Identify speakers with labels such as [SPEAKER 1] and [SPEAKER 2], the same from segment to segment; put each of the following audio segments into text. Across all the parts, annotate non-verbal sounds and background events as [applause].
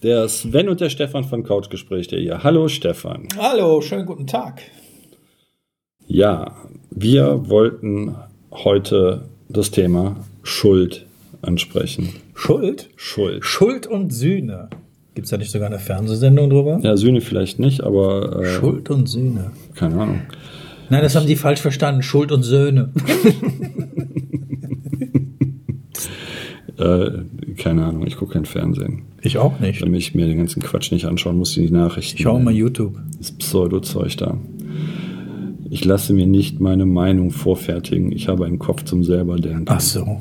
[SPEAKER 1] Der Sven und der Stefan von Couchgespräch.de. Hallo Stefan.
[SPEAKER 2] Hallo, schönen guten Tag.
[SPEAKER 1] Ja, wir wollten heute das Thema Schuld ansprechen.
[SPEAKER 2] Schuld?
[SPEAKER 1] Schuld.
[SPEAKER 2] Schuld und Sühne. Gibt es da nicht sogar eine Fernsehsendung drüber?
[SPEAKER 1] Ja, Sühne vielleicht nicht, aber äh,
[SPEAKER 2] Schuld und Sühne.
[SPEAKER 1] keine Ahnung.
[SPEAKER 2] Nein, das haben die falsch verstanden. Schuld und Söhne.
[SPEAKER 1] Äh, keine Ahnung, ich gucke kein Fernsehen.
[SPEAKER 2] Ich auch nicht.
[SPEAKER 1] Damit ich mir den ganzen Quatsch nicht anschauen muss, die Nachrichten.
[SPEAKER 2] Ich schau mal YouTube.
[SPEAKER 1] Das Pseudo-Zeug da. Ich lasse mir nicht meine Meinung vorfertigen. Ich habe einen Kopf zum selber denken.
[SPEAKER 2] Ach so.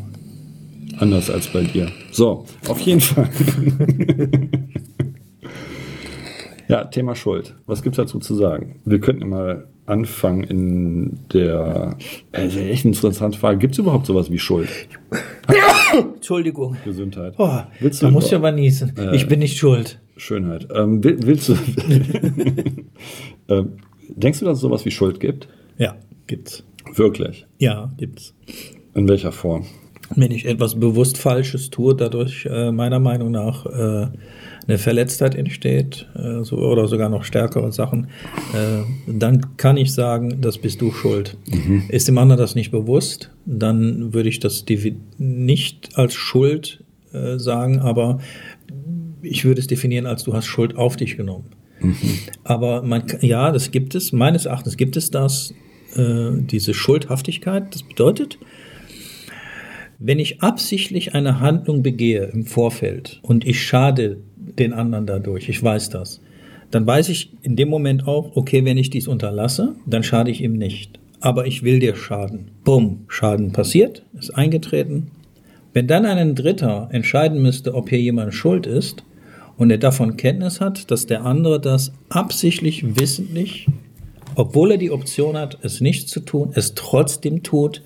[SPEAKER 1] Anders als bei dir. So, auf jeden Fall. [laughs] ja, Thema Schuld. Was gibt's dazu zu sagen? Wir könnten mal anfangen in der. Äh, Das ist echt eine interessante Frage. Gibt's überhaupt sowas wie Schuld?
[SPEAKER 2] Entschuldigung.
[SPEAKER 1] Gesundheit.
[SPEAKER 2] Oh,
[SPEAKER 1] Willst
[SPEAKER 2] da
[SPEAKER 1] du-
[SPEAKER 2] muss ich aber niesen. ich bin nicht schuld.
[SPEAKER 1] Schönheit. Ähm, will, willst
[SPEAKER 2] [laughs]
[SPEAKER 1] du. ähm, denkst du, dass es sowas wie Schuld gibt?
[SPEAKER 2] Ja, gibt's.
[SPEAKER 1] Wirklich.
[SPEAKER 2] Ja, gibt's.
[SPEAKER 1] In welcher Form?
[SPEAKER 2] Wenn ich etwas bewusst Falsches tue, dadurch äh, meiner Meinung nach äh, eine Verletztheit entsteht äh, so, oder sogar noch stärkere Sachen, äh, dann kann ich sagen, das bist du schuld. Ist dem anderen das nicht bewusst, dann würde ich das divi- nicht als Schuld äh, sagen, aber ich würde es definieren als du hast Schuld auf dich genommen. Aber man, k- ja, das gibt es, meines Erachtens gibt es das, äh, diese Schuldhaftigkeit. Das bedeutet, wenn ich absichtlich eine Handlung begehe im Vorfeld und ich schade den anderen dadurch, ich weiß das, dann weiß ich in dem Moment auch, okay, wenn ich dies unterlasse, dann schade ich ihm nicht. Aber ich will dir schaden. Bumm, Schaden passiert, ist eingetreten. Wenn dann ein Dritter entscheiden müsste, ob hier jemand schuld ist und er davon Kenntnis hat, dass der andere das absichtlich, wissentlich obwohl er die Option hat, es nicht zu tun, es trotzdem tut,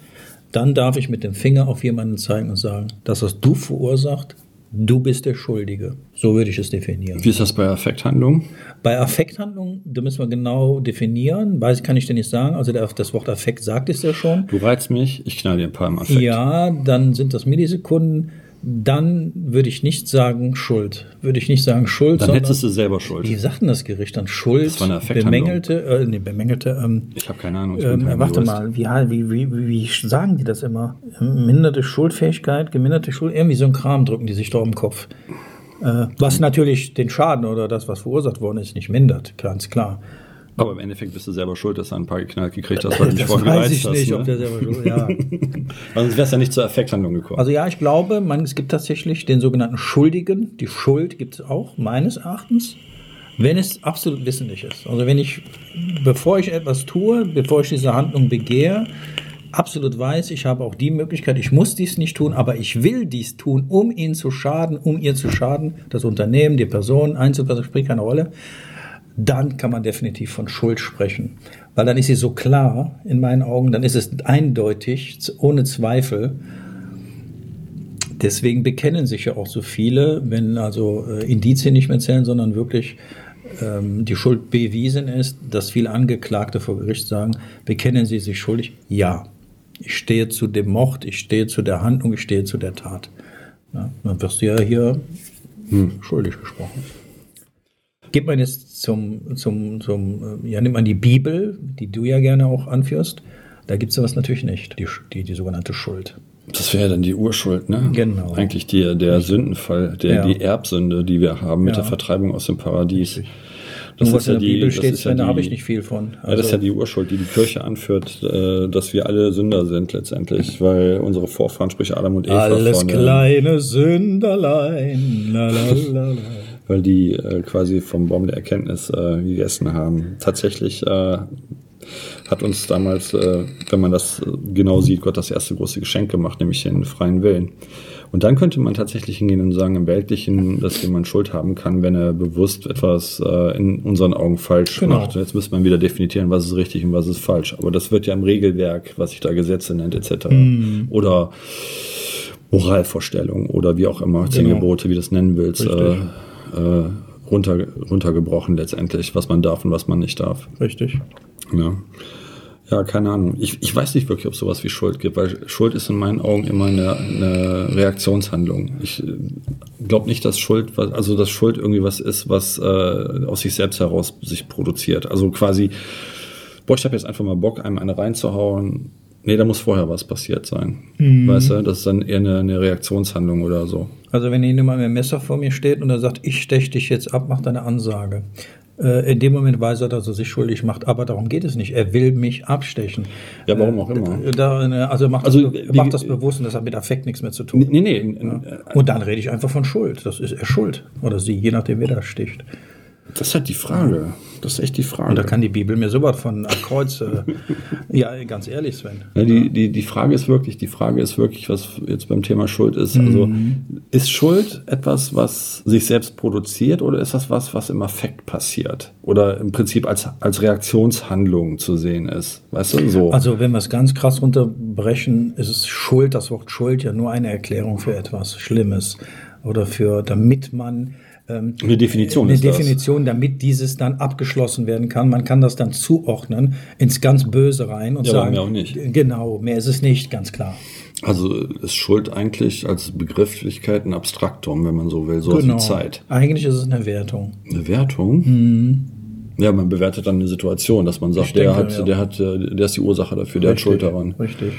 [SPEAKER 2] dann darf ich mit dem Finger auf jemanden zeigen und sagen, das hast du verursacht, du bist der Schuldige. So würde ich es definieren.
[SPEAKER 1] Wie ist das bei Affekthandlungen?
[SPEAKER 2] Bei Affekthandlungen, da müssen wir genau definieren, weiß kann ich dir nicht sagen, also der, das Wort Affekt sagt es ja schon.
[SPEAKER 1] Du reizt mich, ich knall dir ein paar im Affekt.
[SPEAKER 2] Ja, dann sind das Millisekunden, dann würde ich nicht sagen Schuld. Würde ich nicht sagen Schuld,
[SPEAKER 1] Dann
[SPEAKER 2] sondern
[SPEAKER 1] hättest du selber Schuld.
[SPEAKER 2] wie sagt denn das Gericht dann? Schuld,
[SPEAKER 1] Das war eine Affekthandlung.
[SPEAKER 2] bemängelte, äh, nee, bemängelte, ähm,
[SPEAKER 1] Ich habe keine Ahnung. Ich bin
[SPEAKER 2] Ähm,
[SPEAKER 1] kein
[SPEAKER 2] warte
[SPEAKER 1] Jurist.
[SPEAKER 2] mal, wie, wie, wie, wie, wie sagen die das immer? Minderte Schuldfähigkeit, geminderte Schuld, irgendwie so ein Kram drücken die sich doch im Kopf. Äh, was natürlich den Schaden oder das, was verursacht worden ist, nicht mindert, ganz klar.
[SPEAKER 1] Aber im Endeffekt bist du selber schuld, dass du ein paar geknallt gekriegt hast,
[SPEAKER 2] [laughs]
[SPEAKER 1] weil du dich vorher
[SPEAKER 2] weiß
[SPEAKER 1] gereizt
[SPEAKER 2] ich
[SPEAKER 1] hast.
[SPEAKER 2] nicht,
[SPEAKER 1] ne?
[SPEAKER 2] ob der selber schuld ja.
[SPEAKER 1] Sonst wär's ja nicht zur Affekthandlung gekommen.
[SPEAKER 2] Also ja, ich glaube, man, es gibt tatsächlich den sogenannten Schuldigen. Die Schuld gibt es auch, meines Erachtens, wenn es absolut wissentlich ist. Also wenn ich, bevor ich etwas tue, bevor ich diese Handlung begehe, absolut weiß, ich habe auch die Möglichkeit, ich muss dies nicht tun, aber ich will dies tun, um ihn zu schaden, um ihr zu schaden, das Unternehmen, die Person, Einzelperson spielt keine Rolle, dann kann man definitiv von Schuld sprechen. Weil dann ist sie so klar in meinen Augen, dann ist es eindeutig, ohne Zweifel. Deswegen bekennen sich ja auch so viele, wenn also äh, Indizien nicht mehr zählen, sondern wirklich ähm, die Schuld bewiesen ist, dass viele Angeklagte vor Gericht sagen, bekennen Sie sich schuldig? Ja. Ich stehe zu dem Mord, ich stehe zu der Handlung, ich stehe zu der Tat. Ja, dann wirst du ja hier schuldig gesprochen. Geht man jetzt zum, zum, zum, äh, ja, nimmt man die Bibel, die du ja gerne auch anführst, da gibt es sowas natürlich nicht, die, Sch- die, die sogenannte Schuld.
[SPEAKER 1] das wäre dann die Urschuld, ne?
[SPEAKER 2] Genau.
[SPEAKER 1] Eigentlich die, der Sündenfall, der,
[SPEAKER 2] Ja.
[SPEAKER 1] die Erbsünde, die wir haben mit
[SPEAKER 2] Ja.
[SPEAKER 1] der Vertreibung aus dem Paradies.
[SPEAKER 2] Das Nur was in der Bibel
[SPEAKER 1] das
[SPEAKER 2] steht,
[SPEAKER 1] ist ja
[SPEAKER 2] Sven, da
[SPEAKER 1] die-
[SPEAKER 2] habe ich nicht viel von. Also
[SPEAKER 1] Ja, das ist ja die Urschuld, die die Kirche anführt, äh, dass wir alle Sünder sind letztendlich, weil unsere Vorfahren, sprich Adam und Eva,
[SPEAKER 2] alles
[SPEAKER 1] von der-
[SPEAKER 2] kleine Sünderlein. La, la, la, la.
[SPEAKER 1] [laughs] weil die äh, quasi vom Baum der Erkenntnis äh, gegessen haben. Tatsächlich äh, hat uns damals, äh, wenn man das äh, genau sieht, Gott das erste große Geschenk gemacht, nämlich den freien Willen. Und dann könnte man tatsächlich hingehen und sagen, im Weltlichen, dass jemand Schuld haben kann, wenn er bewusst etwas äh, in unseren Augen falsch
[SPEAKER 2] Genau.
[SPEAKER 1] macht. Jetzt müsste man wieder definieren, was ist richtig und was ist falsch. Aber das wird ja im Regelwerk, was sich da Gesetze nennt, etc.
[SPEAKER 2] Mhm.
[SPEAKER 1] Oder Moralvorstellungen oder wie auch immer, zehn
[SPEAKER 2] Genau.
[SPEAKER 1] Gebote, wie du das nennen willst, äh,
[SPEAKER 2] Richtig.
[SPEAKER 1] äh, runter, runtergebrochen letztendlich, was man darf und was man nicht darf.
[SPEAKER 2] Richtig.
[SPEAKER 1] Ja, Ja, keine Ahnung. Ich, ich weiß nicht wirklich, ob es sowas wie Schuld gibt, weil Schuld ist in meinen Augen immer eine, eine Reaktionshandlung. Ich glaube nicht, dass Schuld, was, also dass Schuld irgendwie was ist, was äh, aus sich selbst heraus sich produziert. Also quasi, boah, ich habe jetzt einfach mal Bock, einem eine reinzuhauen. Nee, da muss vorher was passiert sein. Mhm. Weißt du, das ist dann eher eine, eine Reaktionshandlung oder so.
[SPEAKER 2] Also wenn jemand mit einem Messer vor mir steht und er sagt, ich steche dich jetzt ab, macht eine Ansage Äh, in dem Moment weiß er, dass er sich schuldig macht. Aber darum geht es nicht. Er will mich abstechen. Äh,
[SPEAKER 1] Ja, warum auch immer.
[SPEAKER 2] Da, also er macht,
[SPEAKER 1] Also,
[SPEAKER 2] das,
[SPEAKER 1] wie-
[SPEAKER 2] macht das bewusst und das hat mit Affekt nichts mehr zu tun.
[SPEAKER 1] Nee, nee, äh, n-
[SPEAKER 2] Ja. Und dann rede ich einfach von Schuld. Das ist er schuld. Oder sie, je nachdem, wer da sticht.
[SPEAKER 1] das ist halt die Frage. Das ist echt die Frage.
[SPEAKER 2] Und da kann die Bibel mir sowas von am
[SPEAKER 1] [laughs]
[SPEAKER 2] Kreuz. Äh, ja, ganz ehrlich, Sven.
[SPEAKER 1] Ja, Ne, die, die, die Frage ist wirklich, die Frage ist wirklich, was jetzt beim Thema Schuld ist. Also
[SPEAKER 2] Mhm.
[SPEAKER 1] ist Schuld etwas, was sich selbst produziert oder ist das was, was im Affekt passiert? Oder im Prinzip als, als Reaktionshandlung zu sehen ist? Weißt du, so.
[SPEAKER 2] Also, wenn wir es ganz krass runterbrechen, ist es Schuld, das Wort Schuld ja nur eine Erklärung für etwas Schlimmes. Oder für, damit man. Ähm,
[SPEAKER 1] eine Definition
[SPEAKER 2] eine
[SPEAKER 1] ist das.
[SPEAKER 2] Definition, damit dieses dann abgeschlossen werden kann. Man kann das dann zuordnen ins ganz Böse rein und
[SPEAKER 1] Ja, aber
[SPEAKER 2] sagen,
[SPEAKER 1] mehr auch nicht.
[SPEAKER 2] genau, mehr ist es nicht, ganz klar.
[SPEAKER 1] Also ist Schuld eigentlich als Begrifflichkeit ein Abstraktum, wenn man so will, so
[SPEAKER 2] genau.
[SPEAKER 1] wie Zeit.
[SPEAKER 2] Eigentlich ist es eine Wertung.
[SPEAKER 1] Eine Wertung? Ja, man bewertet dann eine Situation, dass man sagt,
[SPEAKER 2] Mhm. denke,
[SPEAKER 1] der, hat,
[SPEAKER 2] ja.
[SPEAKER 1] der hat, äh, der ist die Ursache dafür, der hat Schuld daran.
[SPEAKER 2] Richtig.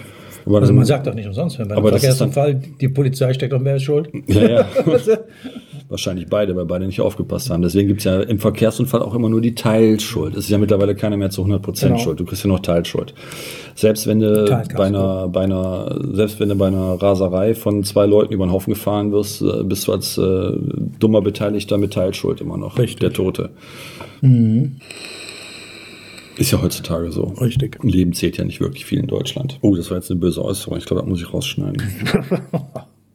[SPEAKER 1] Aber
[SPEAKER 2] Also
[SPEAKER 1] dann-
[SPEAKER 2] man sagt doch nicht umsonst, wenn bei einem
[SPEAKER 1] Aber das ist
[SPEAKER 2] Verkehrsunfall die Polizei steckt doch, wer ist schuld?
[SPEAKER 1] Ja,
[SPEAKER 2] [laughs]
[SPEAKER 1] ja.
[SPEAKER 2] Also,
[SPEAKER 1] Wahrscheinlich beide, weil beide nicht aufgepasst haben. Deswegen gibt's ja im Verkehrsunfall auch immer nur die Teilschuld. Es ist ja mittlerweile keiner mehr zu 100%
[SPEAKER 2] Genau.
[SPEAKER 1] schuld. Du kriegst ja noch Teilschuld. Selbst wenn du
[SPEAKER 2] Teilkasko.
[SPEAKER 1] bei einer, bei einer, selbst wenn du bei einer Raserei von zwei Leuten über den Haufen gefahren wirst, äh, bist du als äh, dummer Beteiligter mit Teilschuld immer noch.
[SPEAKER 2] Richtig. Mhm.
[SPEAKER 1] Der Tote. Ist ja heutzutage so.
[SPEAKER 2] Richtig.
[SPEAKER 1] Leben zählt ja nicht wirklich viel in Deutschland. Oh, das war jetzt eine böse Äußerung. Ich glaube, das muss ich rausschneiden.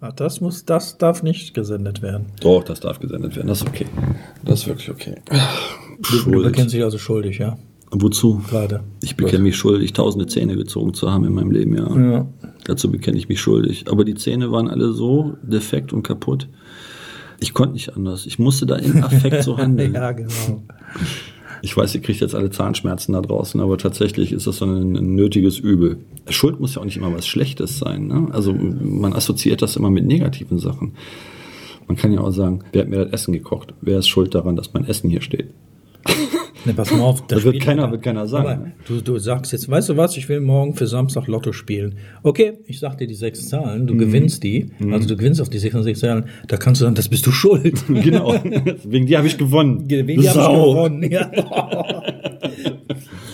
[SPEAKER 2] Ah, Das muss, das darf nicht gesendet werden.
[SPEAKER 1] Doch, das darf gesendet werden. Das ist okay. Das ist wirklich okay.
[SPEAKER 2] Du
[SPEAKER 1] Schuld.
[SPEAKER 2] bekennst dich also schuldig, ja,
[SPEAKER 1] Wozu?
[SPEAKER 2] gerade.
[SPEAKER 1] Ich bekenne mich schuldig, tausende Zähne gezogen zu haben in meinem Leben, ja.
[SPEAKER 2] Ja.
[SPEAKER 1] Dazu bekenne ich mich schuldig. Aber die Zähne waren alle so defekt und kaputt. Ich konnte nicht anders. Ich musste da in Affekt so handeln.
[SPEAKER 2] [laughs] Ja, genau.
[SPEAKER 1] Ich weiß, ihr kriegt jetzt alle Zahnschmerzen da draußen, aber tatsächlich ist das so ein, ein nötiges Übel. Schuld muss ja auch nicht immer was Schlechtes sein. Ne? Also man assoziiert das immer mit negativen Sachen. Man kann ja auch sagen, wer hat mir das Essen gekocht? Wer ist schuld daran, dass mein Essen hier
[SPEAKER 2] [laughs]
[SPEAKER 1] steht?
[SPEAKER 2] Ne, pass mal auf,
[SPEAKER 1] Das wird
[SPEAKER 2] spielt-
[SPEAKER 1] keiner- wird keiner sagen,
[SPEAKER 2] Aber
[SPEAKER 1] ne?
[SPEAKER 2] Du, du sagst jetzt, weißt du was, ich will morgen für Samstag Lotto spielen. Okay, ich sag dir die sechs Zahlen,
[SPEAKER 1] Mhm.
[SPEAKER 2] du gewinnst die, also du gewinnst auf die sechs, sechs Zahlen, da kannst du sagen, das bist
[SPEAKER 1] [laughs]
[SPEAKER 2] du schuld.
[SPEAKER 1] genau. Wegen dir habe ich gewonnen.
[SPEAKER 2] Wegen
[SPEAKER 1] Du
[SPEAKER 2] dir hab ich
[SPEAKER 1] Sau. [laughs]
[SPEAKER 2] gewonnen, ja.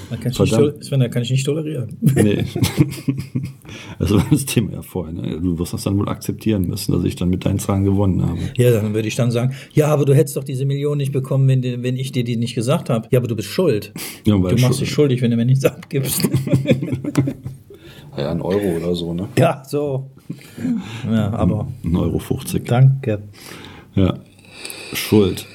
[SPEAKER 2] Da kann ich nicht,
[SPEAKER 1] Verdammt.
[SPEAKER 2] tol- Sven, da kann ich nicht tolerieren.
[SPEAKER 1] Nee. [laughs] Das war das Thema ja vorher. Ne? Du wirst das dann wohl akzeptieren müssen, dass ich dann mit deinen Zahlen gewonnen habe.
[SPEAKER 2] Ja, dann würde ich dann sagen, ja, aber du hättest doch diese Million nicht bekommen, wenn, die- wenn ich dir die nicht gesagt habe. Ja, aber du bist schuld.
[SPEAKER 1] Ja,
[SPEAKER 2] du
[SPEAKER 1] weil
[SPEAKER 2] machst
[SPEAKER 1] schuld-
[SPEAKER 2] dich schuldig, wenn du mir nichts [laughs] abgibst.
[SPEAKER 1] Ja, ein Euro oder so, ne?
[SPEAKER 2] ja, so. Ja, aber
[SPEAKER 1] Ein Euro 50.
[SPEAKER 2] danke.
[SPEAKER 1] Ja. Schuld.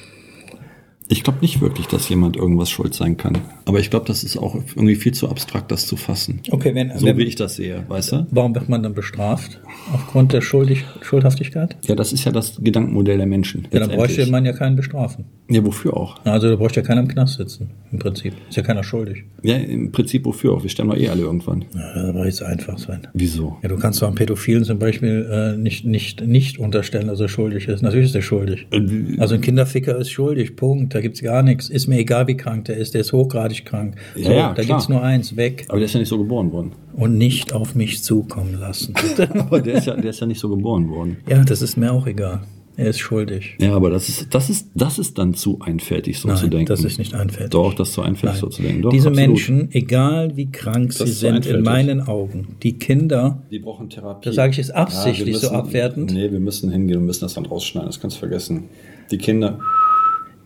[SPEAKER 1] Ich glaube nicht wirklich, dass jemand irgendwas schuld sein kann. Aber ich glaube, das ist auch irgendwie viel zu abstrakt, das zu fassen.
[SPEAKER 2] Okay, wenn,
[SPEAKER 1] So
[SPEAKER 2] wenn,
[SPEAKER 1] wie ich das sehe, weißt du?
[SPEAKER 2] Warum wird man dann bestraft? Aufgrund der Schuldig Schuldhaftigkeit?
[SPEAKER 1] Ja, das ist ja das Gedankenmodell der Menschen.
[SPEAKER 2] Ja, dann bräuchte
[SPEAKER 1] letztendlich.
[SPEAKER 2] man ja keinen bestrafen.
[SPEAKER 1] ja, wofür auch?
[SPEAKER 2] Also da bräuchte ja keiner im Knast sitzen, im Prinzip. Ist ja keiner schuldig.
[SPEAKER 1] Ja, im Prinzip wofür auch? Wir sterben doch eh alle irgendwann.
[SPEAKER 2] Ja, das war jetzt einfach, Sven.
[SPEAKER 1] Wieso?
[SPEAKER 2] Ja, du kannst doch einem Pädophilen zum Beispiel äh, nicht, nicht, nicht unterstellen, dass er schuldig ist. Natürlich ist er schuldig.
[SPEAKER 1] Äh,
[SPEAKER 2] Also ein Kinderficker ist schuldig, Punkt. Da gibt's gar nichts. Ist mir egal, wie krank der ist, der ist hochgradig krank. So,
[SPEAKER 1] Ja, ja,
[SPEAKER 2] da
[SPEAKER 1] klar.
[SPEAKER 2] gibt's nur eins, weg
[SPEAKER 1] Aber der ist ja nicht so geboren worden.
[SPEAKER 2] und nicht auf mich zukommen lassen. [laughs]
[SPEAKER 1] Aber der ist ja, der ist ja nicht so geboren worden.
[SPEAKER 2] ja, das ist mir auch egal. Er ist schuldig.
[SPEAKER 1] Ja, aber das ist, das ist, das ist dann zu einfältig, so zu denken.
[SPEAKER 2] das ist nicht einfältig.
[SPEAKER 1] Doch, das ist zu einfältig,
[SPEAKER 2] Nein.
[SPEAKER 1] so zu denken. Doch,
[SPEAKER 2] Diese
[SPEAKER 1] absolut.
[SPEAKER 2] Menschen, egal wie krank sie
[SPEAKER 1] ist so
[SPEAKER 2] sind, in
[SPEAKER 1] einfältig.
[SPEAKER 2] meinen Augen, die Kinder,
[SPEAKER 1] Die brauchen Therapie.
[SPEAKER 2] Das sage ich jetzt absichtlich
[SPEAKER 1] wir müssen,
[SPEAKER 2] so abwertend.
[SPEAKER 1] Nee, wir müssen hingehen und müssen das dann rausschneiden. Das kannst du vergessen. Die Kinder.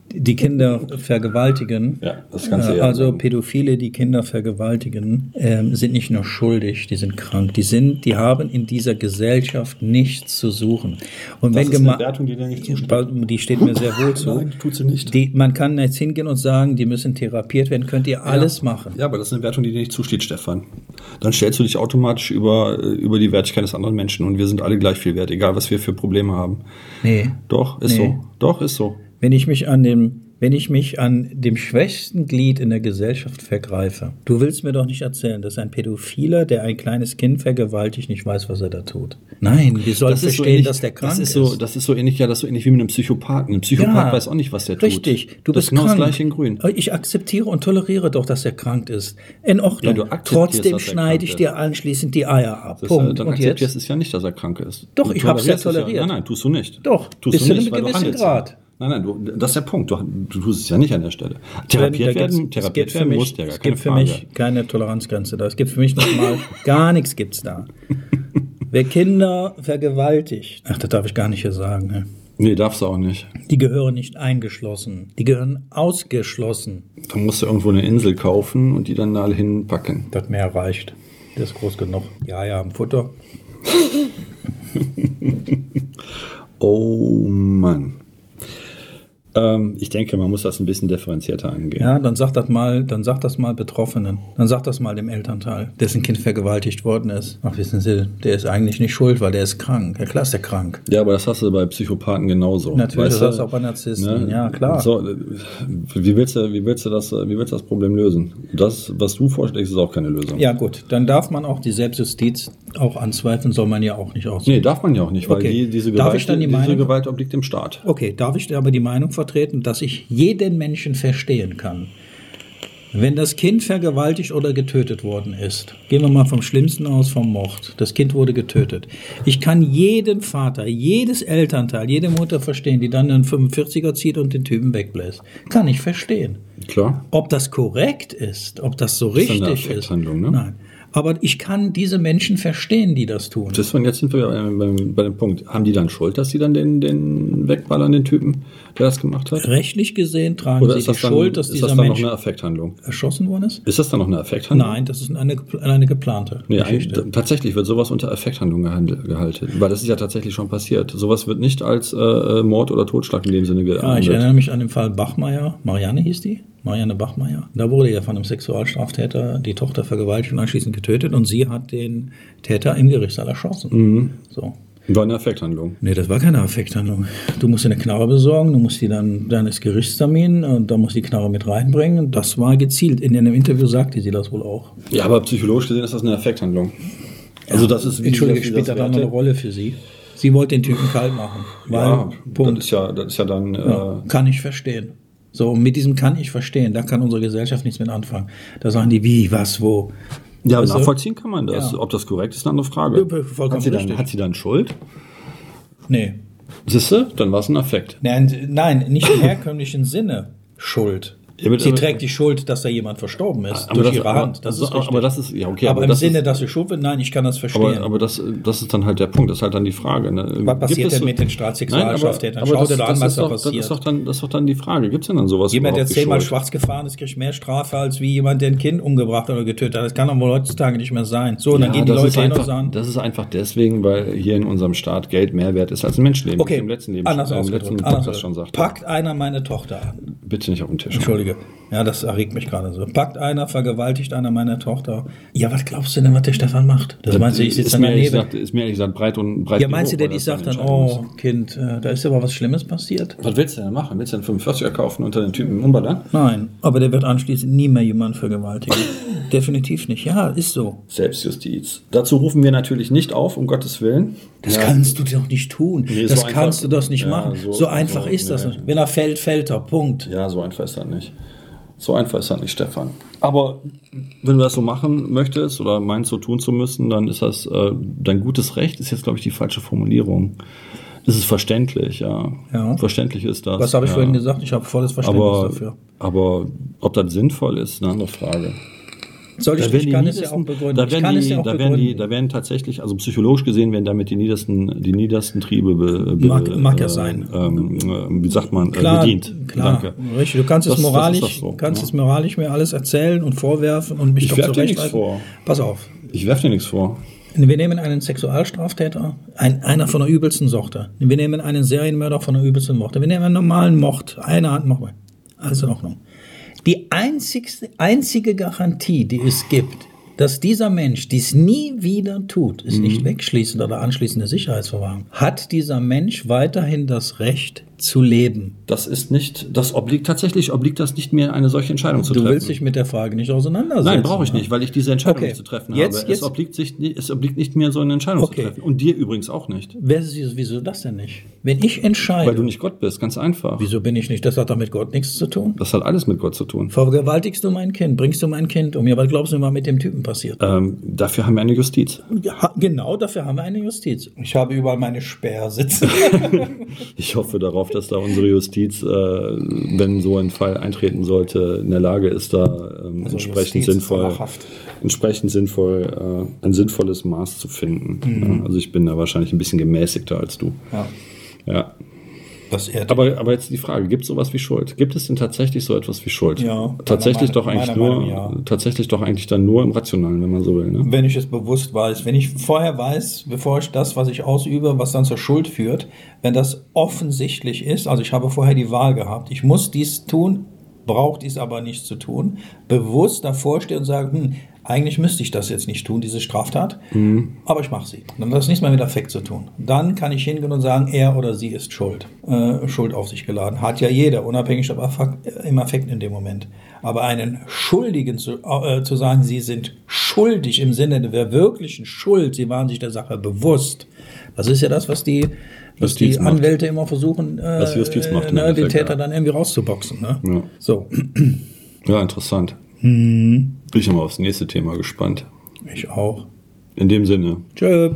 [SPEAKER 2] die Kinder vergewaltigen,
[SPEAKER 1] Ja, das kannst du
[SPEAKER 2] äh,
[SPEAKER 1] ja
[SPEAKER 2] also
[SPEAKER 1] sagen.
[SPEAKER 2] Pädophile, die Kinder vergewaltigen, ähm, sind nicht nur schuldig, die sind krank. Die sind, die haben in dieser Gesellschaft nichts zu suchen. Und
[SPEAKER 1] Das
[SPEAKER 2] wenn
[SPEAKER 1] ist eine
[SPEAKER 2] gema-
[SPEAKER 1] Wertung, die dir nicht zusteht.
[SPEAKER 2] Die steht mir sehr
[SPEAKER 1] [laughs]
[SPEAKER 2] wohl zu.
[SPEAKER 1] Nein, tut sie nicht.
[SPEAKER 2] Die, man kann jetzt hingehen und sagen, die müssen therapiert werden, könnt ihr alles machen.
[SPEAKER 1] Ja, aber das ist eine Wertung, die dir nicht zusteht, Stefan. Dann stellst du dich automatisch über, äh, über die Wertigkeit des anderen Menschen und wir sind alle gleich viel wert, egal was wir für Probleme haben.
[SPEAKER 2] Nee.
[SPEAKER 1] Doch, ist
[SPEAKER 2] Nee.
[SPEAKER 1] so. Doch, ist so.
[SPEAKER 2] Wenn ich mich an dem wenn ich mich an dem schwächsten Glied in der Gesellschaft vergreife. Du willst mir doch nicht erzählen, dass ein Pädophiler, der ein kleines Kind vergewaltigt, nicht weiß, was er da tut. Nein, wie soll
[SPEAKER 3] das ist so
[SPEAKER 2] verstehen,
[SPEAKER 3] ähnlich,
[SPEAKER 2] dass der krank
[SPEAKER 3] das ist, So, das ist so ähnlich, ja, das ist so ähnlich wie mit einem Psychopathen. Ein Psychopath
[SPEAKER 2] Ja,
[SPEAKER 3] weiß auch nicht, was der tut.
[SPEAKER 2] Richtig, du
[SPEAKER 3] das
[SPEAKER 2] bist
[SPEAKER 3] ist genau
[SPEAKER 2] krank.
[SPEAKER 3] das gleiche in Grün.
[SPEAKER 2] Ich akzeptiere und toleriere doch, dass er krank ist. In Ordnung.
[SPEAKER 3] Ja, du akzeptierst,
[SPEAKER 2] Trotzdem
[SPEAKER 3] dass er
[SPEAKER 2] schneide
[SPEAKER 3] krank
[SPEAKER 2] ich
[SPEAKER 3] ist.
[SPEAKER 2] dir anschließend die Eier ab.
[SPEAKER 3] Das,
[SPEAKER 2] Punkt.
[SPEAKER 3] Punkt. Dann
[SPEAKER 2] und
[SPEAKER 3] akzeptierst
[SPEAKER 2] jetzt?
[SPEAKER 3] es ja nicht, dass er krank ist.
[SPEAKER 2] Doch,
[SPEAKER 3] Du
[SPEAKER 2] ich hab's ja
[SPEAKER 3] tolerierst es
[SPEAKER 2] toleriert.
[SPEAKER 3] Nein, nein, tust du nicht.
[SPEAKER 2] Doch,
[SPEAKER 3] tust
[SPEAKER 2] bis
[SPEAKER 3] du
[SPEAKER 2] zu
[SPEAKER 3] nicht,
[SPEAKER 2] einem
[SPEAKER 3] weil du
[SPEAKER 2] gewissen
[SPEAKER 3] handelst.
[SPEAKER 2] Grad.
[SPEAKER 3] Nein, nein, du, das ist der Punkt. Du, du tust es ja nicht an der Stelle. Therapiert
[SPEAKER 2] Da gibt's-
[SPEAKER 3] werden,
[SPEAKER 2] es
[SPEAKER 3] therapiert
[SPEAKER 2] gibt für
[SPEAKER 3] werden
[SPEAKER 2] mich,
[SPEAKER 3] muss der, gar
[SPEAKER 2] Es
[SPEAKER 3] keine
[SPEAKER 2] gibt für
[SPEAKER 3] Frage.
[SPEAKER 2] mich keine Toleranzgrenze da. Es gibt für
[SPEAKER 3] [laughs]
[SPEAKER 2] mich nochmal gar nichts gibt's da. Wer Kinder vergewaltigt, ach, das darf ich gar nicht hier sagen, ne?
[SPEAKER 3] Nee, darfst du auch nicht.
[SPEAKER 2] die gehören nicht eingeschlossen, die gehören ausgeschlossen.
[SPEAKER 3] Da musst du irgendwo eine Insel kaufen und die dann da hinpacken.
[SPEAKER 2] Das mehr reicht. Das ist groß genug. Ja, ja, am Futter.
[SPEAKER 3] Oh Mann.
[SPEAKER 1] Ähm, ich denke, man muss das ein bisschen differenzierter angehen.
[SPEAKER 2] Ja, dann sag das mal, dann sag das mal Betroffenen. Dann sag das mal dem Elternteil, dessen Kind vergewaltigt worden ist. Ach, wissen Sie, der ist eigentlich nicht schuld, weil der ist krank. Ja, klar ist der krank.
[SPEAKER 1] Ja, aber das hast du bei Psychopathen genauso.
[SPEAKER 2] Natürlich, das
[SPEAKER 1] du?
[SPEAKER 2] hast du auch bei Narzissten. Ja, klar.
[SPEAKER 1] So, äh, wie, willst du, wie, willst du das, äh, wie willst du das Problem lösen? Das, was du vorschlägst, ist auch keine Lösung.
[SPEAKER 2] Ja, gut, dann darf man auch die Selbstjustiz auch anzweifeln, soll man ja auch nicht aus.
[SPEAKER 1] Nee, darf man ja auch nicht, weil
[SPEAKER 2] Okay.
[SPEAKER 1] die, diese,
[SPEAKER 2] Darf
[SPEAKER 1] Gewalt,
[SPEAKER 2] ich dann die
[SPEAKER 1] diese
[SPEAKER 2] Meinung-
[SPEAKER 1] Gewalt obliegt dem Staat.
[SPEAKER 2] Okay, darf ich aber die Meinung vertreten, dass ich jeden Menschen verstehen kann? Wenn das Kind vergewaltigt oder getötet worden ist, gehen wir mal vom Schlimmsten aus, vom Mord. Das Kind wurde getötet. Ich kann jeden Vater, jedes Elternteil, jede Mutter verstehen, die dann einen 45er zieht und den Typen wegbläst. Kann ich verstehen.
[SPEAKER 1] Klar.
[SPEAKER 2] Ob das korrekt ist, ob das so
[SPEAKER 1] ist eine
[SPEAKER 2] richtig ist.
[SPEAKER 1] Affekthandlung, ne?
[SPEAKER 2] Nein. Aber ich kann diese Menschen verstehen, die das tun.
[SPEAKER 1] Das von jetzt sind wir äh, beim- bei dem Punkt. Haben die dann Schuld, dass sie dann den, den wegballern, den Typen, der das gemacht hat?
[SPEAKER 2] Rechtlich gesehen tragen
[SPEAKER 1] Oder
[SPEAKER 2] sie
[SPEAKER 1] ist
[SPEAKER 2] die
[SPEAKER 1] das dann,
[SPEAKER 2] Schuld, dass
[SPEAKER 1] ist das
[SPEAKER 2] dieser
[SPEAKER 1] dann
[SPEAKER 2] Mensch
[SPEAKER 1] noch eine Affekthandlung?
[SPEAKER 2] erschossen worden ist?
[SPEAKER 1] Ist das dann noch eine Affekthandlung?
[SPEAKER 2] Nein, das ist eine, gepl- eine geplante
[SPEAKER 1] Nee, eigentlich-
[SPEAKER 2] Geschichte.
[SPEAKER 1] t- tatsächlich wird sowas unter Affekthandlung gehandelt, gehalten. Weil das ist ja tatsächlich schon passiert. Sowas wird nicht als äh, äh, Mord oder Totschlag in dem Sinne
[SPEAKER 2] Ja, Ah, ich
[SPEAKER 1] gehandelt.
[SPEAKER 2] erinnere mich an den Fall Bachmeier. Marianne hieß die. Marianne Bachmeier. Da wurde ja von einem Sexualstraftäter die Tochter vergewaltigt und anschließend getötet und sie hat den Täter im Gerichtssaal erschossen.
[SPEAKER 1] Mhm.
[SPEAKER 2] So.
[SPEAKER 1] War eine Affekthandlung.
[SPEAKER 2] Nee, das war keine Affekthandlung. Du musst dir eine Knarre besorgen, du musst die dann, dann ist Gerichtstermin und da musst die Knarre mit reinbringen. Das war gezielt. In einem Interview sagte sie das wohl auch.
[SPEAKER 1] Ja, aber psychologisch gesehen ist das eine Affekthandlung. Also das ist wie
[SPEAKER 2] Entschuldige,
[SPEAKER 1] wie
[SPEAKER 2] spielt da
[SPEAKER 1] das
[SPEAKER 2] dann noch eine
[SPEAKER 1] Werte-
[SPEAKER 2] Rolle für sie. Sie wollte den Typen kalt machen. Weil,
[SPEAKER 1] Ja,
[SPEAKER 2] Punkt.
[SPEAKER 1] das ist ja, das ist ja dann
[SPEAKER 2] Ja,
[SPEAKER 1] Äh,
[SPEAKER 2] kann ich verstehen. So, mit diesem kann ich verstehen, da kann unsere Gesellschaft nichts mit anfangen. Da sagen die, wie, was, wo.
[SPEAKER 1] Ja,
[SPEAKER 2] Also-
[SPEAKER 1] nachvollziehen kann man das.
[SPEAKER 2] Ja.
[SPEAKER 1] Ob das korrekt ist, ist eine andere Frage.
[SPEAKER 2] Ja, vollkommen
[SPEAKER 1] hat, sie
[SPEAKER 2] richtig.
[SPEAKER 1] dann, hat sie dann Schuld?
[SPEAKER 2] Nee.
[SPEAKER 1] Siehste, dann war es ein Affekt.
[SPEAKER 2] Nein, nein, nicht
[SPEAKER 1] [coughs]
[SPEAKER 2] im herkömlichen Sinne Schuld.
[SPEAKER 1] Ja, aber-
[SPEAKER 2] sie
[SPEAKER 1] aber-
[SPEAKER 2] trägt die Schuld, dass da jemand verstorben ist, durch ihre Hand. Das
[SPEAKER 1] aber,
[SPEAKER 2] ist richtig.
[SPEAKER 1] aber das ist, ja, okay.
[SPEAKER 2] aber im
[SPEAKER 1] das
[SPEAKER 2] Sinne,
[SPEAKER 1] ist,
[SPEAKER 2] dass sie schuld wird, nein, ich kann das verstehen.
[SPEAKER 1] aber, aber das, das ist dann halt der Punkt, das ist halt dann die Frage. Ne?
[SPEAKER 2] was passiert
[SPEAKER 1] Gibt es-
[SPEAKER 2] denn mit den Straßensexualstraftätern? Schau dir doch an, was
[SPEAKER 1] das ist
[SPEAKER 2] da
[SPEAKER 1] doch,
[SPEAKER 2] passiert.
[SPEAKER 1] Das ist, doch dann, das ist doch dann die Frage. Gibt es denn dann sowas?
[SPEAKER 2] Jemand, der
[SPEAKER 1] überhaupt wie
[SPEAKER 2] zehnmal
[SPEAKER 1] Schuld?
[SPEAKER 2] schwarz gefahren ist, kriegt mehr Strafe als wie jemand, der ein Kind umgebracht oder getötet hat. Das kann doch wohl heutzutage nicht mehr sein. So, und dann
[SPEAKER 1] Ja,
[SPEAKER 2] gehen die
[SPEAKER 1] das
[SPEAKER 2] Leute
[SPEAKER 1] ist
[SPEAKER 2] hin und
[SPEAKER 1] einfach,
[SPEAKER 2] sagen,
[SPEAKER 1] Das ist einfach deswegen, weil hier in unserem Staat Geld mehr wert ist als ein Menschenleben.
[SPEAKER 2] Okay,
[SPEAKER 1] Wie ich Im letzten Leben
[SPEAKER 2] anders
[SPEAKER 1] schon, im
[SPEAKER 2] ausgedrückt.
[SPEAKER 1] letzten
[SPEAKER 2] Anders
[SPEAKER 1] Podcast schon
[SPEAKER 2] ausgedrückt.
[SPEAKER 1] sagte.
[SPEAKER 2] Packt einer meine Tochter an.
[SPEAKER 1] Bitte nicht auf den Tisch.
[SPEAKER 2] Entschuldige. Ja, das erregt mich gerade so. Packt einer, vergewaltigt einer meine Tochter. Ja, was glaubst du denn, was der Stefan macht? Das meinst du, ich sitze
[SPEAKER 1] ist,
[SPEAKER 2] dann
[SPEAKER 1] mir ehrlich
[SPEAKER 2] daneben.
[SPEAKER 1] gesagt, ist mir ehrlich gesagt breit und breit.
[SPEAKER 2] Ja, meinst du
[SPEAKER 1] genug,
[SPEAKER 2] denn,
[SPEAKER 1] weil
[SPEAKER 2] ich
[SPEAKER 1] das
[SPEAKER 2] sag dann,
[SPEAKER 1] eine Entscheidung
[SPEAKER 2] oh, Kind, äh, da ist aber was Schlimmes passiert?
[SPEAKER 1] ist. Was willst du denn machen? Willst du einen 45er kaufen unter den Typen umballern?
[SPEAKER 2] Nein, aber der wird anschließend nie mehr
[SPEAKER 1] [laughs]
[SPEAKER 2] jemand vergewaltigen. Definitiv nicht. Ja, ist so.
[SPEAKER 1] Selbstjustiz. Dazu rufen wir natürlich nicht auf, um Gottes Willen.
[SPEAKER 2] Das kannst du doch nicht tun.
[SPEAKER 1] so
[SPEAKER 2] das
[SPEAKER 1] einfach-
[SPEAKER 2] kannst du doch nicht
[SPEAKER 1] Ja,
[SPEAKER 2] machen. So,
[SPEAKER 1] so-
[SPEAKER 2] einfach
[SPEAKER 1] so,
[SPEAKER 2] ist das
[SPEAKER 1] nee.
[SPEAKER 2] nicht. Wenn er fällt, fällt er. Punkt.
[SPEAKER 1] Ja, so einfach ist das nicht. So einfach ist das nicht, Stefan. Aber wenn du das so machen möchtest oder meinst, so tun zu müssen, dann ist das äh, dein gutes Recht, ist jetzt, glaube ich, die falsche Formulierung. Es ist verständlich, ja.
[SPEAKER 2] Ja.
[SPEAKER 1] Verständlich ist das.
[SPEAKER 2] Was habe ich
[SPEAKER 1] ja.
[SPEAKER 2] vorhin gesagt? Ich habe volles Verständnis
[SPEAKER 1] Aber,
[SPEAKER 2] dafür.
[SPEAKER 1] aber ob das sinnvoll ist, ist eine andere Frage.
[SPEAKER 2] Soll ich,
[SPEAKER 1] werden
[SPEAKER 2] ich
[SPEAKER 1] die
[SPEAKER 2] kann es ja
[SPEAKER 1] niedersten-
[SPEAKER 2] auch begründen.
[SPEAKER 1] Da
[SPEAKER 2] ich
[SPEAKER 1] werden,
[SPEAKER 2] kann
[SPEAKER 1] die,
[SPEAKER 2] es ja auch
[SPEAKER 1] da, werden
[SPEAKER 2] begründen.
[SPEAKER 1] die, da werden tatsächlich, also psychologisch gesehen, werden damit die niedersten, die niedersten Triebe be, be,
[SPEAKER 2] Mag- mag ja
[SPEAKER 1] äh,
[SPEAKER 2] sein.
[SPEAKER 1] Ähm, äh, wie sagt man,
[SPEAKER 2] klar,
[SPEAKER 1] äh, bedient.
[SPEAKER 2] Klar,
[SPEAKER 1] Danke.
[SPEAKER 2] richtig. Du kannst es
[SPEAKER 1] Das- das ist
[SPEAKER 2] moralisch,
[SPEAKER 1] doch so,
[SPEAKER 2] kannst
[SPEAKER 1] ja.
[SPEAKER 2] es moralisch mir alles erzählen und vorwerfen und mich
[SPEAKER 1] Ich
[SPEAKER 2] doch
[SPEAKER 1] werf dir nichts
[SPEAKER 2] zurechtweisen.
[SPEAKER 1] vor.
[SPEAKER 2] Pass auf.
[SPEAKER 1] Ich werf dir nichts vor.
[SPEAKER 2] Wir nehmen einen Sexualstraftäter, ein, einer von der übelsten Sorte. Wir nehmen einen Serienmörder von der übelsten Sorte. Wir nehmen einen normalen Mord. Eine Hand nochmal. Alles in Ordnung. Die einzigste, einzige Garantie, die es gibt, dass dieser Mensch dies nie wieder tut,
[SPEAKER 1] Mhm.
[SPEAKER 2] ist nicht wegschließend oder anschließende Sicherheitsverwahrung, hat dieser Mensch weiterhin das Recht, zu leben.
[SPEAKER 1] Das ist nicht, das obliegt tatsächlich, obliegt das nicht mir, eine solche Entscheidung zu
[SPEAKER 2] Du
[SPEAKER 1] treffen.
[SPEAKER 2] willst dich mit der Frage nicht auseinandersetzen.
[SPEAKER 1] Nein, brauche ich nicht, weil ich diese Entscheidung
[SPEAKER 2] Okay.
[SPEAKER 1] nicht zu treffen
[SPEAKER 2] Jetzt-
[SPEAKER 1] habe.
[SPEAKER 2] jetzt-
[SPEAKER 1] Es, obliegt sich, ni- es obliegt nicht mir, so eine Entscheidung
[SPEAKER 2] Okay.
[SPEAKER 1] zu treffen. Und dir übrigens auch nicht.
[SPEAKER 2] Wer ist, wieso das denn nicht? Wenn ich entscheide,
[SPEAKER 1] Weil du nicht Gott bist, ganz einfach.
[SPEAKER 2] wieso bin ich nicht? Das hat doch mit Gott nichts zu tun.
[SPEAKER 1] Das hat alles mit Gott zu tun.
[SPEAKER 2] Vergewaltigst du mein Kind, bringst du mein Kind um, ja, was glaubst du, was mit dem Typen passiert?
[SPEAKER 1] Ähm, dafür haben wir eine Justiz.
[SPEAKER 2] Ja, genau dafür haben wir eine Justiz. Ich habe überall meine [laughs] Sperrsitze.
[SPEAKER 1] Ich hoffe darauf, dass da unsere Justiz, äh, wenn so ein Fall eintreten sollte, in der Lage ist, da ähm, entsprechend,
[SPEAKER 2] Also Justiz ist
[SPEAKER 1] sinnvoll,
[SPEAKER 2] lachhaft.
[SPEAKER 1] entsprechend sinnvoll äh, ein sinnvolles Maß zu finden. Ja, also ich bin da wahrscheinlich ein bisschen gemäßigter als du.
[SPEAKER 2] Mhm. ja,
[SPEAKER 1] Ja.
[SPEAKER 2] das ehrt
[SPEAKER 1] Aber, aber jetzt die Frage, gibt es sowas wie Schuld? Gibt es denn tatsächlich so etwas wie Schuld?
[SPEAKER 2] Ja,
[SPEAKER 1] tatsächlich
[SPEAKER 2] meiner
[SPEAKER 1] doch
[SPEAKER 2] Meinung-
[SPEAKER 1] eigentlich
[SPEAKER 2] meiner
[SPEAKER 1] nur,
[SPEAKER 2] Meinung, ja. Mhm.
[SPEAKER 1] tatsächlich doch eigentlich dann nur im Rationalen, wenn man so will. Ne?
[SPEAKER 2] wenn ich es bewusst weiß, wenn ich vorher weiß, bevor ich das, was ich ausübe, was dann zur Schuld führt, wenn das offensichtlich ist, also ich habe vorher die Wahl gehabt, ich muss dies tun, braucht dies aber nicht zu tun, bewusst davor stehe und sage, hm, eigentlich müsste ich das jetzt nicht tun, diese Straftat, aber ich mache sie. Dann hat das nichts mehr mit Affekt zu tun. Dann kann ich hingehen und sagen, er oder sie ist schuld. Äh, schuld auf sich geladen. Hat ja jeder, unabhängig ob Affekt, äh, im Affekt in dem Moment. Aber einen Schuldigen zu, äh, zu sagen, sie sind schuldig im Sinne der wirklichen Schuld, sie waren sich der Sache bewusst. Das ist ja das, was die, was
[SPEAKER 1] Justiz
[SPEAKER 2] die
[SPEAKER 1] macht.
[SPEAKER 2] Anwälte immer versuchen, äh,
[SPEAKER 1] Was die Justiz macht im
[SPEAKER 2] ne, den
[SPEAKER 1] Endeffekt,
[SPEAKER 2] Täter
[SPEAKER 1] ja.
[SPEAKER 2] dann irgendwie rauszuboxen. Ne?
[SPEAKER 1] Ja.
[SPEAKER 2] So,
[SPEAKER 1] Ja, interessant.
[SPEAKER 2] Mhm.
[SPEAKER 1] Bin ich mal aufs nächste Thema gespannt.
[SPEAKER 2] ich auch.
[SPEAKER 1] In dem Sinne,
[SPEAKER 2] Tschö.